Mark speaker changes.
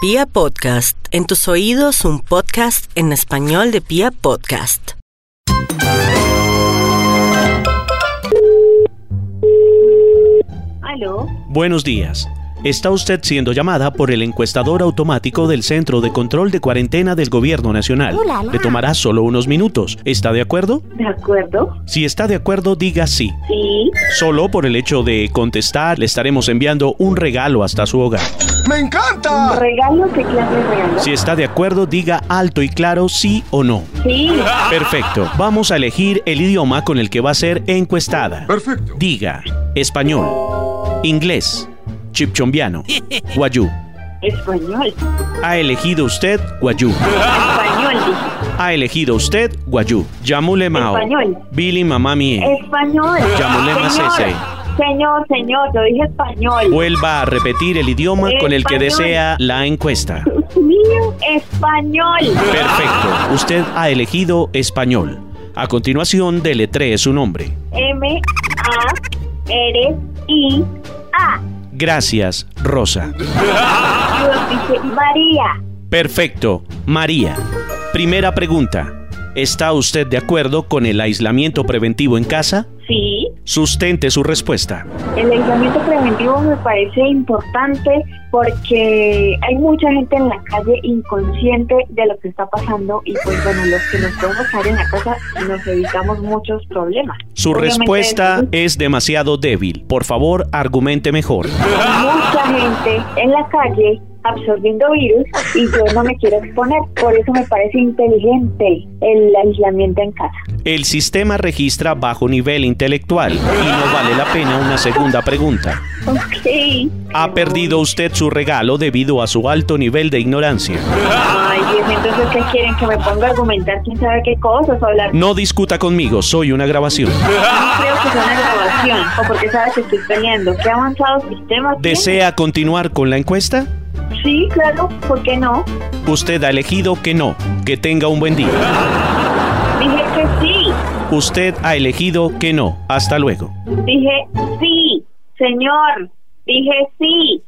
Speaker 1: Pia Podcast, en tus oídos un podcast en español de Pia Podcast.
Speaker 2: Aló,
Speaker 3: Buenos días. Está usted siendo llamada por el encuestador automático del Centro de Control de Cuarentena del Gobierno Nacional. Le tomará solo unos minutos. ¿Está de acuerdo?
Speaker 2: ¿de acuerdo?
Speaker 3: Si está de acuerdo, diga sí.
Speaker 2: Sí.
Speaker 3: Solo por el hecho de contestar, le estaremos enviando un regalo hasta su hogar.
Speaker 4: ¡Me encanta!
Speaker 2: ¿Regalo? ¿Qué clase de regalo?
Speaker 3: Si está de acuerdo, diga alto y claro sí o no.
Speaker 2: Sí.
Speaker 3: Perfecto. Vamos a elegir el idioma con el que va a ser encuestada.
Speaker 4: Perfecto.
Speaker 3: Diga español, inglés, chipchombiano, guayú.
Speaker 2: Español.
Speaker 3: Ha elegido usted guayú.
Speaker 2: Español. dije.
Speaker 3: Ha elegido usted Guayú. Yamule Mao.
Speaker 2: Español.
Speaker 3: Billy Mamami.
Speaker 2: Español.
Speaker 3: Llamulema
Speaker 2: Señor,
Speaker 3: Cese.
Speaker 2: Señor, señor, yo dije español.
Speaker 3: Vuelva a repetir el idioma con el que
Speaker 2: Español.
Speaker 3: desea la encuesta.
Speaker 2: Dios mío, español.
Speaker 3: Perfecto. Usted ha elegido español. A continuación, deletree su nombre.
Speaker 2: M A R I A.
Speaker 3: Gracias, Rosa.
Speaker 2: Yo dije María.
Speaker 3: Perfecto. María. Primera pregunta. ¿Está usted de acuerdo con el aislamiento preventivo en casa?
Speaker 2: Sí.
Speaker 3: Sustente su respuesta.
Speaker 2: El aislamiento preventivo me parece importante porque hay mucha gente en la calle inconsciente de lo que está pasando y pues bueno, los que nos podemos quedar en la casa nos evitamos muchos problemas.
Speaker 3: Su
Speaker 2: Obviamente,
Speaker 3: respuesta
Speaker 2: hay
Speaker 3: es demasiado débil. Por favor, argumente mejor.
Speaker 2: Mucha gente en la calle absorbiendo virus y yo no me quiero exponer, por eso me parece inteligente el aislamiento en casa.
Speaker 3: El sistema registra bajo nivel intelectual y no vale la pena una segunda pregunta.
Speaker 2: Ok.
Speaker 3: Ha perdido usted su regalo debido a su alto nivel de ignorancia.
Speaker 2: Ay, Dios, entonces ¿qué quieren? Que me ponga a argumentar quién sabe qué cosas, o hablar
Speaker 3: No discuta conmigo, soy una grabación.
Speaker 2: No creo que sea una grabación, o porque sabes que estoy peleando. ¿Qué avanzado sistema tiene?
Speaker 3: ¿Desea continuar con la encuesta?
Speaker 2: Sí, claro, ¿por qué no?
Speaker 3: Usted ha elegido que no. Que tenga un buen día.
Speaker 2: Dije que sí,
Speaker 3: Usted ha elegido que no. Hasta luego.
Speaker 2: dije sí, señor, dije sí.